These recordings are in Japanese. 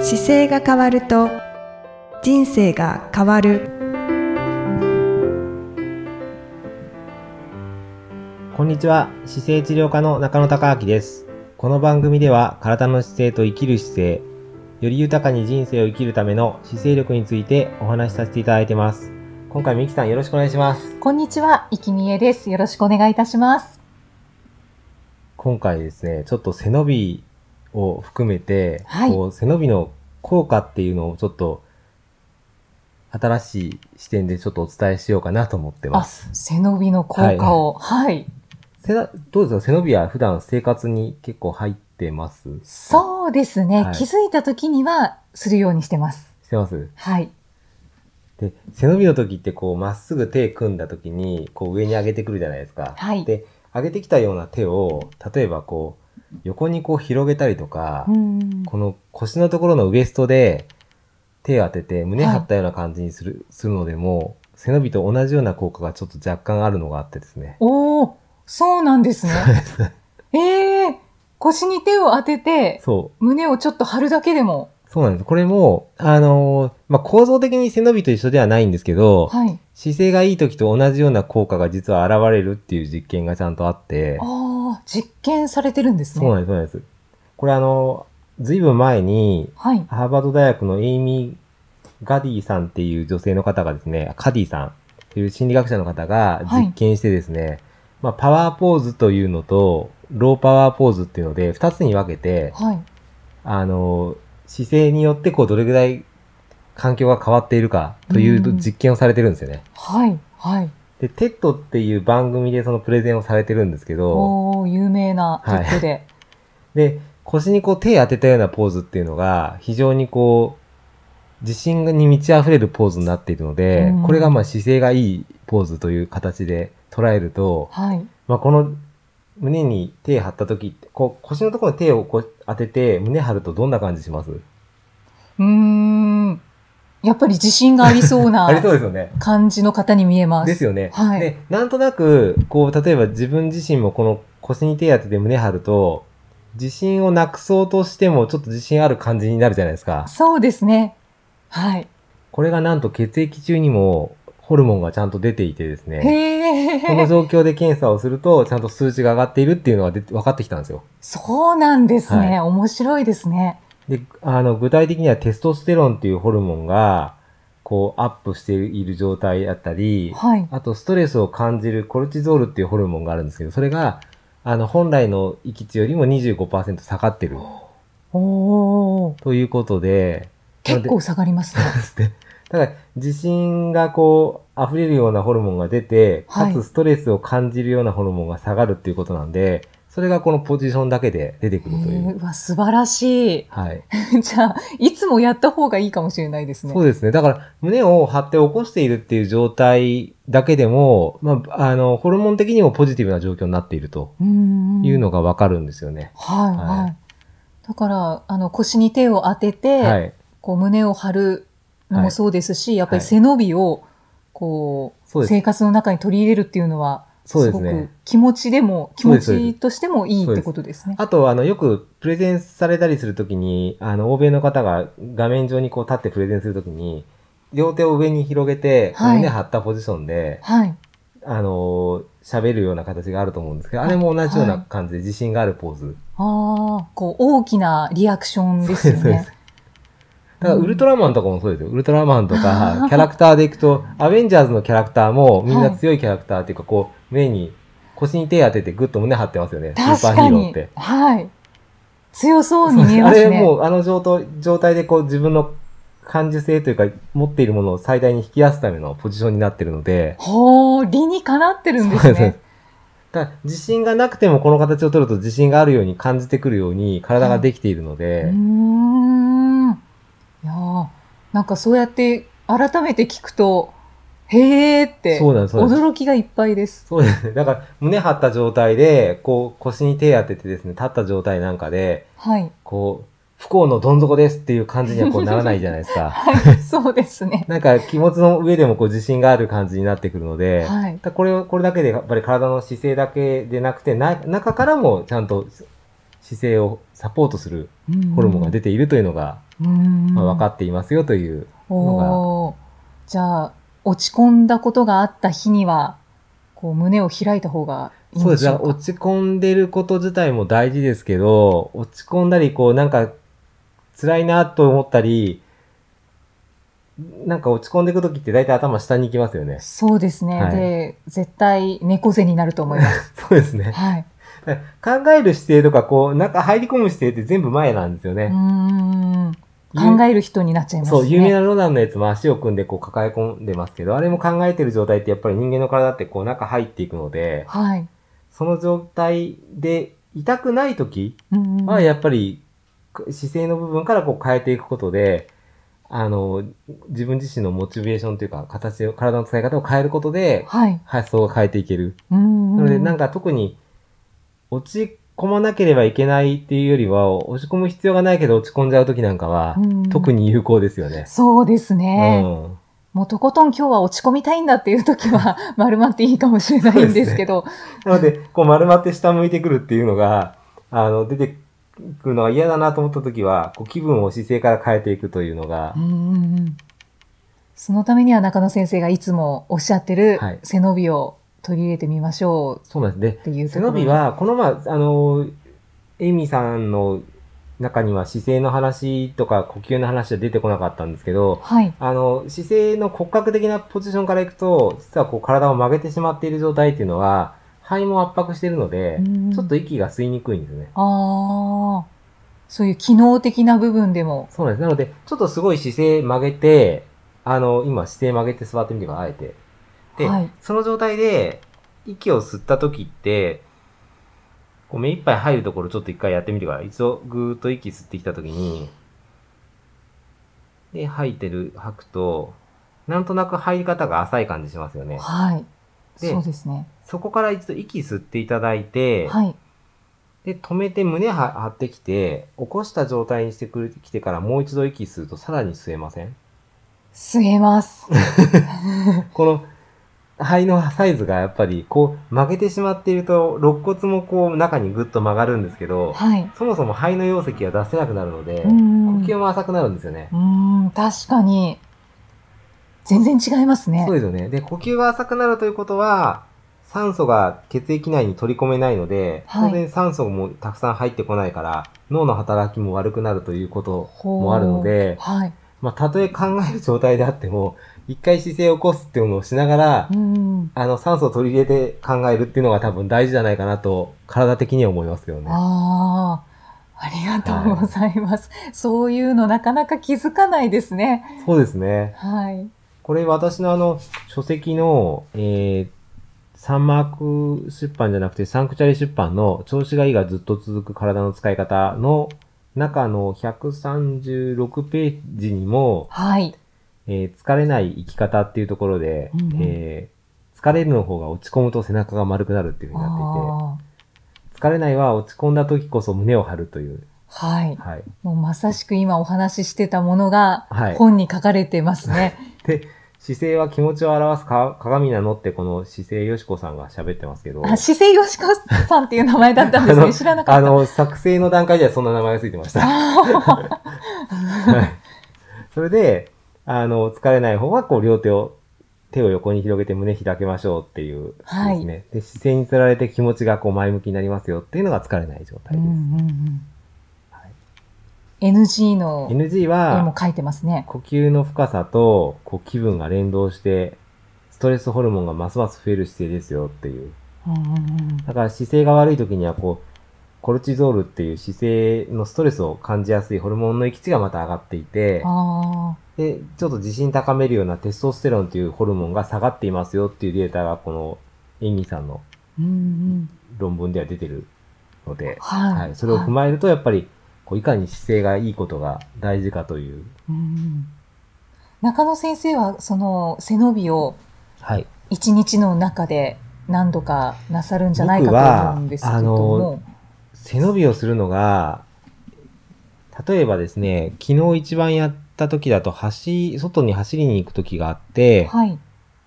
姿勢が変わると人生が変わるこんにちは。姿勢治療科の中野隆明です。この番組では、体の姿勢と生きる姿勢、より豊かに人生を生きるための姿勢力についてお話しさせていただいてます。今回もゆきさんよろしくお願いします。こんにちは、いきみえです。よろしくお願いいたします。今回ですね、ちょっと背伸びを含めて、はいこう背伸びの効果っていうのをちょっと、新しい視点でちょっとお伝えしようかなと思ってまあ、す。背伸びの効果を。はい。背などうですか背伸びは普段生活に結構入ってますそうですね、はい気づいた時にはするようにしてます。してますはい。で、背伸びの時ってこう、まっすぐ手組んだ時に、こう上に上げてくるじゃないですか。はい。で、上げてきたような手を、例えばこう、横にこう広げたりとか、うん。この腰のところのウエストで手を当てて胸張ったような感じにする、するのでも、背伸びと同じような効果がちょっと若干あるのがあってですね。おー、そうなんですね。えー、腰に手を当てて、そう。胸をちょっと張るだけでも。そうなんです。これも、あのーまあ、構造的に背伸びと一緒ではないんですけど、はい。姿勢がいい時と同じような効果が実は現れるっていう実験がちゃんとあって、ああ、実験されてるんですね。そうなんです、そうなんです。これあの、ずいぶん前に、はい。ハーバード大学のエイミー・ガディさんっていう女性の方がですね、カディさんという心理学者の方がはい実験してですね、まあ、パワーポーズというのと、ローパワーポーズっていうので、二つに分けて、はい。あの、姿勢によってこう、どれぐらい環境が変わっているかといううん実験をされてるんですよね。はい。はい。で、テッドっていう番組でそのプレゼンをされてるんですけど、おー、有名なテッドで。で、腰にこう手当てたようなポーズっていうのが、非常にこう、自信に満ち溢れるポーズになっているので、うんこれがまあ姿勢がいいポーズという形で捉えると、はい。まあこの胸に手張った時って、こう腰のところに手をこう当てて胸張るとどんな感じしますうーん。やっぱり自信がありそう なありそうですよね。感じの方に見えます。ですよね。はいで、なんとなく、こう、例えば自分自身もこの腰に手当てて胸張ると、自信をなくそうとしてもちょっと自信ある感じになるじゃないですか。そうですね。はい。これがなんと血液中にもホルモンがちゃんと出ていてですね、へこのえ。状況で検査をすると、ちゃんと数値が上がっているっていうのが出て分かってきたんですよ。そうなんですね、はい面白いですね。で、あの、具体的にはテストステロンっていうホルモンが、こう、アップしている状態だったり、はい。あと、ストレスを感じるコルチゾールっていうホルモンがあるんですけど、それが、あの、本来の域値よりも25%下がってるおお。ということで、結構下がりますね。ただ、自信がこう、溢れるようなホルモンが出て、はかいつストレスを感じるようなホルモンが下がるっていうことなんで、それがこのポジションだけで出てくへるといーう。うわ、素晴らしはい。い。 じゃあ、いつもやった方がいいかもしれないですね。そうですね。だから、胸を張って起こしているっていう状態だけでも、まあ、あの、ホルモン的にもポジティブな状況になっているとうーん。いうのがわかるんですよね。はい、はい、はだから、あの、腰に手を当てて、はい。こう、胸を張るのもそうですし、やっぱりはい背伸びを、こう、そうです生活の中に取り入れるっていうのは、そうすですごねく気持ちでも、気そう持ですちとしてもいいってことですね。あと、あの、よくプレゼンされたりするときに、あの、欧米の方が画面上にこう立ってプレゼンするときに、両手を上に広げて、はい胸張ったポジションで、はい。あの、喋るような形があると思うんですけど、あれも同じような感じで自信があるポーズ。ああ、こう、大きなリアクションですよ そうですね。だから、ウルトラマンとかもそうですよ。ウルトラマンとか、キャラクターでいくと、アベンジャーズのキャラクターも、みんな強いキャラクターっていうか、こう、目に、腰に手当ててグッと胸張ってますよね。スー確パーヒかーローっにて。。はい。強そうに見えますあれもね。う、あの状態状態でこう、自分の感受性というか、持っているものを最大に引き出すためのポジションになってるので、ほう、理にかなってるんでそうすですね。 だから自信がなくてもこの形を取ると自信があるように感じてくるように体ができているのうで、ーん。いやーなんかそうやって改めて聞くと、へーって、そうなんですそうなんです驚きがいっぱいです。そうですね。だから、胸張った状態で、こう、腰に手当ててですね、立った状態なんかで、はい。こう、不幸のどん底ですっていう感じにはこうならないじゃないですか。 はい、そうですね。なんか、気持ちの上でもこう、自信がある感じになってくるので、はい。だからこれを、これだけで、やっぱり体の姿勢だけでなくて、な中からもちゃんと姿勢をサポートするホルモンが出ているというのが、うんまあ、分かっていますよという、のがおーじゃあ、落ち込んだことがあった日には、こう、胸を開いた方がいいんそうででしすょね。うか。落ち込んでること自体も大事ですけど、落ち込んだり、こう、なんか、辛いなと思ったり、なんか落ち込んでいくときって大体頭下に行きます よね。そうですね。はいで、絶対猫背になると思います。そうです ね。はい。考える姿勢とか、こう、なんか入り込む姿勢って全部前なんですようーね。ん。ゆ考える人になっちゃいますね。そう、有名なロダンのやつも足を組んでこう抱え込んでますけど、あれも考えてる状態ってやっぱり人間の体ってこう中入っていくので、はい。その状態で痛くない時うんうんはやっぱり姿勢の部分からこう変えていくことで、あの、自分自身のモチベーションというか形を、体の使い方を変えることではい。発想が変えていける。うんうんなのでなんか特に落ち込まなければいけないっていうよりは、落ち込む必要がないけど落ち込んじゃう時なんかはうんうん特に有効ですよね。そうですね。うんもうとことん今日は落ち込みたいんだっていう時は 丸まっていいかもしれないんですけど。なので、こう丸まって下向いてくるっていうのが、あの、出てくるのが嫌だなと思った時は、こう気分を姿勢から変えていくというのがう、んうんうんそのためには中野先生がいつもおっしゃってるはい背伸びを取り入れてみましょそうなんですねう。っていうと背ころ。伸び、は、このまあ、あの、エミさんの中には姿勢の話とか呼吸の話は出てこなかったんですけど、はい。あの、姿勢の骨格的なポジションからいくと、実はこう体を曲げてしまっている状態っていうのは、肺も圧迫しているので、うんちょっと息が吸いにくいんですね。ああ、そういう機能的な部分でも。そうなんです。なので、ちょっとすごい姿勢曲げて、あの、今姿勢曲げて座ってみてください、あえて。で、はいその状態で、息を吸った時って、こう目いっぱい入るところちょっと一回やってみてください。一度ぐーっと息吸ってきた時に、で、吐いてる、吐くと、なんとなく入り方が浅い感じしますよね。はい。でそうですね。そこから一度息吸っていただいて、はい。で、止めて胸は張ってきて、起こした状態にしてくる、きてからもう一度息吸うとさらに吸えません吸えます。この肺のサイズがやっぱりこう曲げてしまっていると肋骨もこう中にぐっと曲がるんですけど、はい。そもそも肺の容積が出せなくなるので、う呼んうん吸も浅くなるんですよねう。ーん、確かに。全然違いますねそう。ですよね。で、呼吸が浅くなるということは、酸素が血液内に取り込めないので、はい当然酸素もたくさん入ってこないから、脳の働きも悪くなるということほうもあるので、はい。まあ、たとえ考える状態であっても、一回姿勢を起こすっていうのをしながらう、ん。あの、酸素を取り入れて考えるっていうのが多分大事じゃないかなと、体的には思いますけどね。ああ、ありがとうございます。そういうのなかなか気づかないですね。そうですね。はい。これ私のあの、書籍の、えー、サンマーク出版じゃなくて、サンクチャリ出版の、調子がいいがずっと続く体の使い方の中の136ページにも、はい。えー疲れない生き方っていうところで、うんうんえー疲れるの方が落ち込むと背中が丸くなるっていうふうになっていて、疲れないは落ち込んだ時こそ胸を張るという、あーはい。はい。もうまさしく今お話ししてたものがはい本に書かれてますね。で、姿勢は気持ちを表すか鏡なのってこの姿勢よしこさんが喋ってますけど。あ、姿勢よしこさんっていう名前だったんであすのね。知らなかあった。の、作成の段階ではそんな名前がついてま した。はい。それで、あの、疲れない方は、こう、両手を、手を横に広げて胸開けましょうっていうはいですね。で、姿勢につられて気持ちがこう前向きになりますよっていうのが疲れない状う態んです。うんうん。NG の絵 NG もは、書いてますね。呼吸の深さと、こう、気分が連動して、ストレスホルモンがますます増える姿勢ですよっていう。うんうんうんだから姿勢が悪い時にはこう、コルチゾールっていう姿勢のストレスを感じやすいホルモンの閾値がまた上がっていて、あで、ちょっと自信高めるようなテストステロンっていうホルモンが下がっていますよっていうデータがこのエミさんのーうんうん論文では出てるので、はいはい、それを踏まえるとやっぱりこういかに姿勢がいいことが大事かという。うん中野先生はその背伸びをはい。一日の中で何度かなさるんじゃないかと思うんですけれど僕も。背伸びをするのが、例えばですね、昨日一番やった時だと走、外に走りに行く時があって、はい。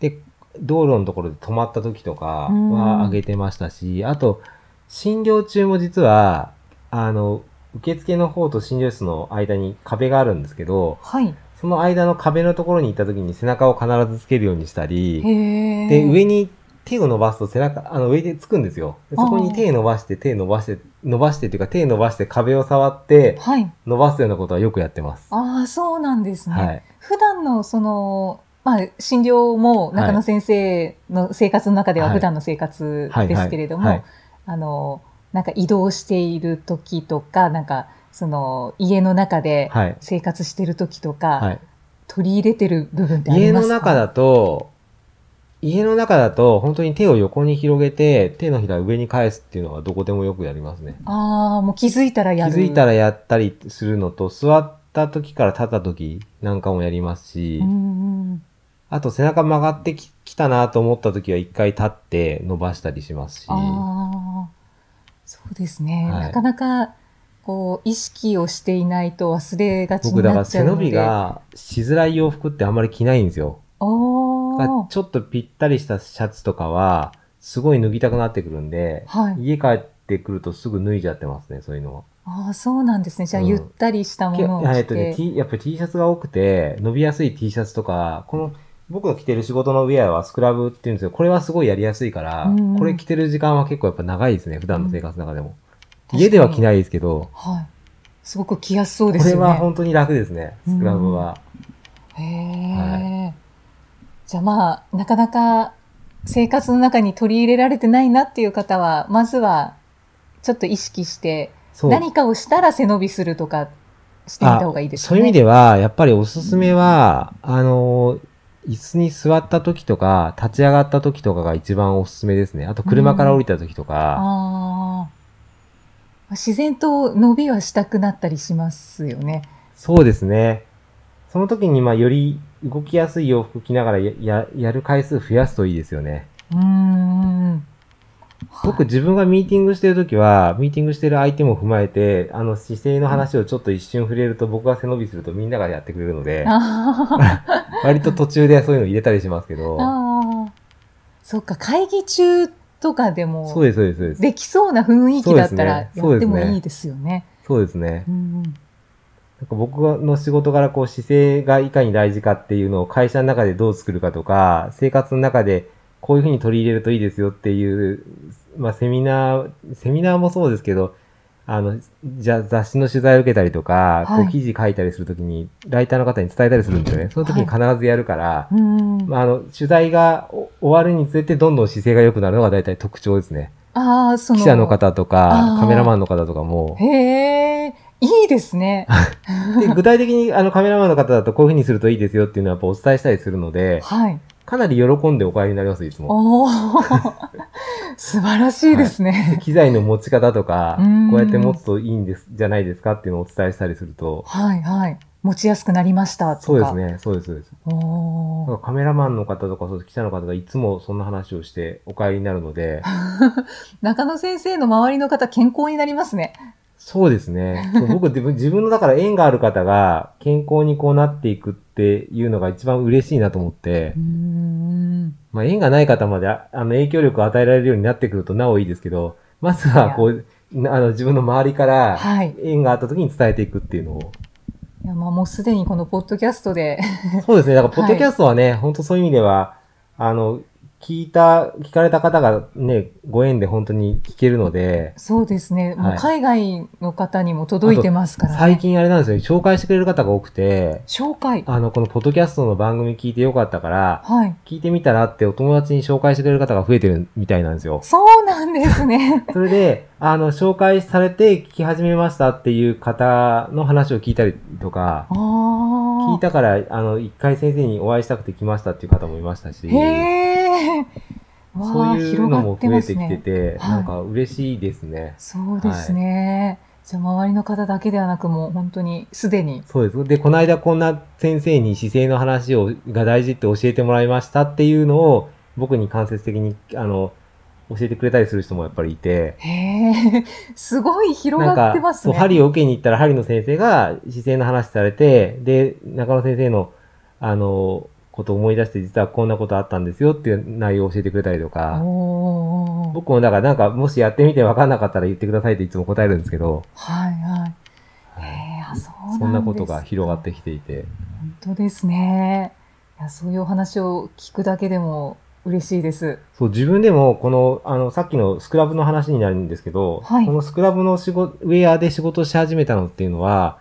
で、道路のところで止まった時とかうんは上げてましたし、あと、診療中も実は、あの、受付の方と診療室の間に壁があるんですけど、はい。その間の壁のところに行った時に背中を必ずつけるようにしたへり、え。で、上に手を伸ばすと背中、あの、上でつくんですよ。でそこに手伸ばして、手伸ばして、伸ばしてっていうか手伸ばして壁を触って、はい。伸ばすようなことはよくやってます。ああ、そうなんですね。はい。普段のその、まあ、診療も中野先生の生活の中でははい普段の生活ですけれどはいはいも、あの、なんか移動している時とか、なんか、その、家の中ではい。生活してる時とはか、い。取り入れてる部分ってあ家りまのすか中だと、家の中だと、本当に手を横に広げて、手のひらを上に返すっていうのはどこでもよくやりますね。ああ、もう気づいたら気やる。づいたらやったりするのと、座った時から立った時なんかもやりますし、うんうん。あと背中曲がってききたなと思った時は一回立って伸ばしたりしますし、ああ、そうですね。はいなかなか、こう、意識をしていないと忘れがち僕にだかならっちゃ背うので。伸びがしづらい洋服ってあんまり着ないんですよ。おだからーちょっとぴったりしたシャツとかは、すごい脱ぎたくなってくるんで、はい。家帰ってくるとすぐ脱いじゃってますね、そういうのは。ああ、そうなんですね。じゃあ、うんゆったりしたもけのをえっ着とね、て。 T- やっぱり T シャツが多くて、伸びやすい T シャツとか、この、僕が着てる仕事のウェアはスクラブっていうんですけど、これはすごいやりやすいから、うんこれ着てる時間は結構やっぱ長いですね、普段の生活の中でも。うん家では着い。ないですけど、はい。すごく着やすそうでこすれよね。は本当に楽ですね、スクラブは。へえ、じゃあまあ、なかなか生活の中に取り入れられてないなっていう方は、まずは、ちょっと意識して、そう。何かをしたら背伸びするとかしてみた方がいいですね。そういう意味では、やっぱりおすすめは、あの、椅子に座った時とか、立ち上がった時とかが一番おすすめですね。あと車から降りた時とか、ああ。自然と伸びはしたくなったりしますよね。そうですね。その時に、まあ、より動きやすい洋服着ながらやややる回数増やすといいですよね。うーん。僕はい自分がミーティングしてる時は、ミーティングしてる相手も踏まえて、あの姿勢の話をちょっと一瞬触れると、僕が背伸びするとみんながやってくれるので、あ割と途中でそういうの入れたりしますけどー、あー。そっか、会議中とかでも、そうです、そうです、そうです。できそうな雰囲気だったらやそうでってすねもいいですよね。そうですねう。んなんか僕の仕事からこう姿勢がいかに大事かっていうのを会社の中でどう作るかとか、生活の中でこういうふうに取り入れるといいですよっていう、まあセミナー、セミナーもそうですけど、あの、じゃ雑誌の取材を受けたりとか、はいこう記事書いたりするときに、ライターの方に伝えたりするんですよね。その時に必ずやるから、うんまあ、あの、取材がお終わるにつれてどんどん姿勢が良くなるのが大体特徴ですね。ああ、そ記の。者の方とかあ、ーカメラマンの方とかも、へえ、いいですね。で具体的にあのカメラマンの方だとこういう風にするといいですよっていうのはやっぱお伝えしたりするので、はい。かなり喜んでお帰りになります、いつも。おお、 素晴らしいですね。機材の持ち方とかう、んこうやって持つといいんです、じゃないですかっていうのをお伝えしたりすると、はい、はい。持ちやすくなりましたとか。そうですね、そうです、そうです。おなんーかカメラマンの方とか、そうです記者の方がいつもそんな話をしてお帰りになるの で、中野先生の周りの方健康になりますね。そうですね。そう僕、自分自分のだから縁がある方が健康にこうなっていくっていうのが一番嬉しいなと思ってうー、んまあ、縁がない方までああの影響力を与えられるようになってくるとなおいいですけど、まずいはやこう、なあの自分の周りからはい。縁があった時に伝えていくっていうのを。いや、まあもうすでにこのポッドキャストで、 そうですね。だから、はいポッドキャストはね、本当そういう意味では、あの、聞いた、聞かれた方がね、ご縁で本当に聞けるので、そうですね。もはうい海外の方にも届いてますからね。最近あれなんですよ、紹介してくれる方が多くて、紹介。あの、このポッドキャストの番組聞いてよかったから、はい。聞いてみたらってお友達に紹介してくれる方が増えてるみたいなんですよ。そうなんで すね。それで、あの、紹介されて聞き始めましたっていう方の話を聞いたりとかあ、あ。聞いたから、あの、一回先生にお会いしたくて来ましたっていう方もいましたし、へえ。わそあ、ういう広のがもって増えまてすきてね。て、はいなんか嬉しいですね。そうですね。じゃあ周りの方だけではなく、もう本当にすでに。そうです。で、この間こんな先生に姿勢の話を、が大事って教えてもらいましたっていうのを、僕に間接的に、あの、教えてくれたりする人もやっぱりいて、へえ、 すごい広なんがっかてますそう、ね。針を受けに行ったら針の先生が姿勢の話されて、で、中野先生の、あの、ことを思い出して、実はこんなことあったんですよっていう内容を教えてくれたりとか、おー僕もだからなんか、もしやってみて分かんなかったら言ってくださいっていつも答えるんですけど、はいはい。はいえー、あそうなんですそんなことが広がってきていて、本当ですね。いや、そういうお話を聞くだけでも嬉しいです。そう、自分でも、この、あの、さっきのスクラブの話になるんですけど、はいこのスクラブの仕事、ウェアで仕事し始めたのっていうのは、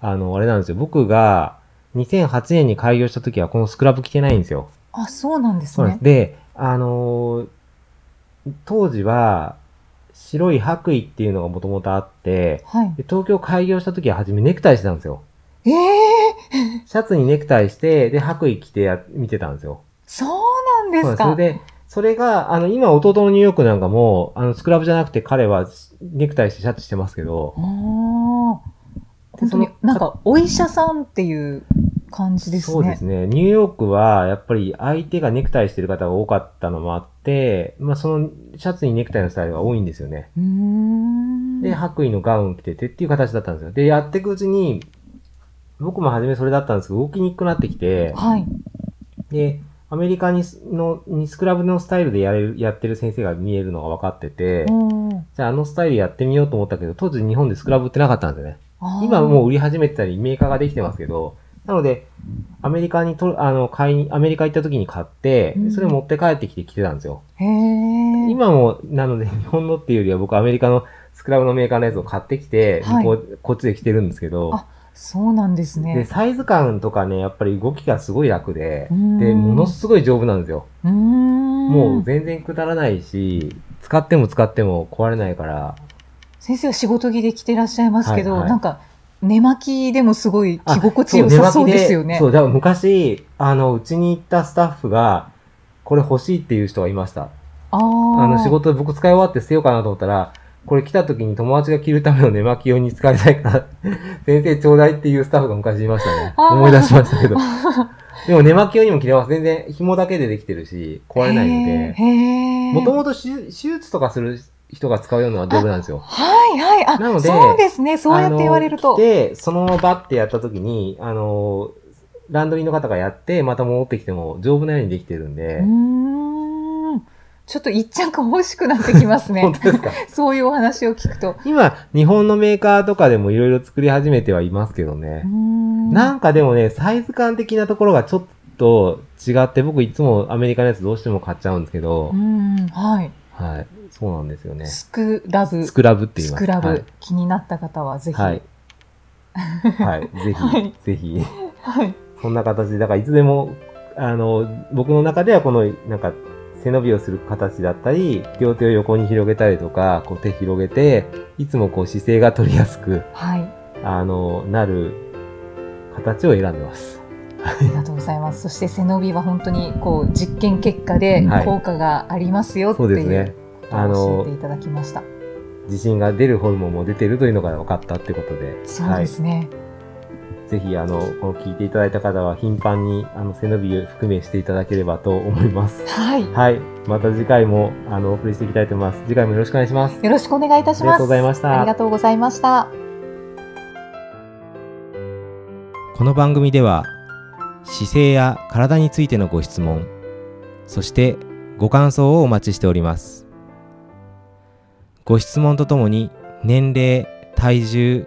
あの、あれなんですよ。僕が2008年に開業した時は、このスクラブ着てないんですよ。あ、そうなんですそうなんねです。。で、あのー当時は、白い白衣っていうのがもともとあって、はい。で東京開業した時は初めネクタイしてたんですよ。ええー、シャツにネクタイして、で、白衣着てや、見てたんですよ。そうなんでそうすなんです。それか。で、それが、あの、今、弟のニューヨークなんかも、あの、スクラブじゃなくて彼はネクタイしてシャツしてますけど、あであ。本当に、なんか、お医者さんっていう感じですね。そうですね。ニューヨークは、やっぱり相手がネクタイしてる方が多かったのもあって、まあ、その、シャツにネクタイのスタイルが多いんですよね。うーん。で、白衣のガウン着ててっていう形だったんですよ。で、やっていくうちに、僕も初めそれだったんですけど、動きにくくなってきて、はい。で、アメリカにすの、にスクラブのスタイルでやれる、やってる先生が見えるのが分かってて、おーじゃああのスタイルやってみようと思ったけど、当時日本でスクラブ売ってなかったんですよね。あー今はもう売り始めてたり、メーカーができてますけど、なので、アメリカにと、あの、買いに、アメリカ行った時に買ってう、んそれ持って帰ってきて着てたんですよ。へえ。今も、なので、日本のっていうよりは僕アメリカのスクラブのメーカーのやつを買ってきて、はいこうこっちで着てるんですけど、あそうなんですで、ね。サイズ感とかね、やっぱり動きがすごい楽で、うーんで、ものすごい丈夫なんですよ。うーん。もう全然くだらないし、使っても使っても壊れないから、先生は仕事着で着てらっしゃいますけど、はいはいなんか、寝巻きでもすごいあ着心地良さそうですよね。そう、だから昔、あの、うちに行ったスタッフが、これ欲しいっていう人がいました。あああの、の仕事僕使い終わって捨てようかなと思ったら、これ来た時に友達が着るための寝巻き用に使えない から、先生ちょうだいっていうスタッフが昔いましたね。あー思い出しました けど。でも寝巻き用にも着れます。全然紐だけでできてるし、壊れないので。へえ。もともと手手術とかする人が使うような道具なんですよ。はいはい。あ、なのでそうですね。そうやって言われるあのと。来て、そのままバッてやった時に、あの、ランドリーの方がやって、また戻ってきても丈夫なようにできてるんうで。ーん。ちょっと一着欲しくなってきます 本ね当。ですかそういうお話を聞くと。今、日本のメーカーとかでもいろいろ作り始めてはいますけどうねー。んなんかでもね、サイズ感的なところがちょっと違って、僕いつもアメリカのやつどうしても買っちゃうんですけどう、ん。はい。はい。そうなんですよね。スクラブ。スクラブって言いスます。クラブ。はい気になった方はぜひ。はい。 はい。ぜはいひ、ぜひ。はいそんな形で、だからいつでも、あの、僕の中ではこの、なんか、背伸びをする形だったり、両手を横に広げたりとか、こう手広げて、いつもこう姿勢が取りやすく、はい。あの、なる形を選んでます。ありがとうございます。そして背伸びは本当にこう実験結果ではい効果がありますよってそういうですね。ことあを教えての、いただきました。自信が出るホルモンも出てるというのが分かったってことで、そうですね。はい。ぜひ、あの、この聞いていただいた方は、頻繁に、あの、背伸びを含めしていただければと思います。はい。はい。また次回も、あの、お送りしていきたいと思います。次回もよろしくお願いします。よろしくお願いいたしまあす。りがとうございましたありがとうございました。この番組では姿勢や体についてのご質問そしてご感想をお待ちしておりますご質問とともに年齢体重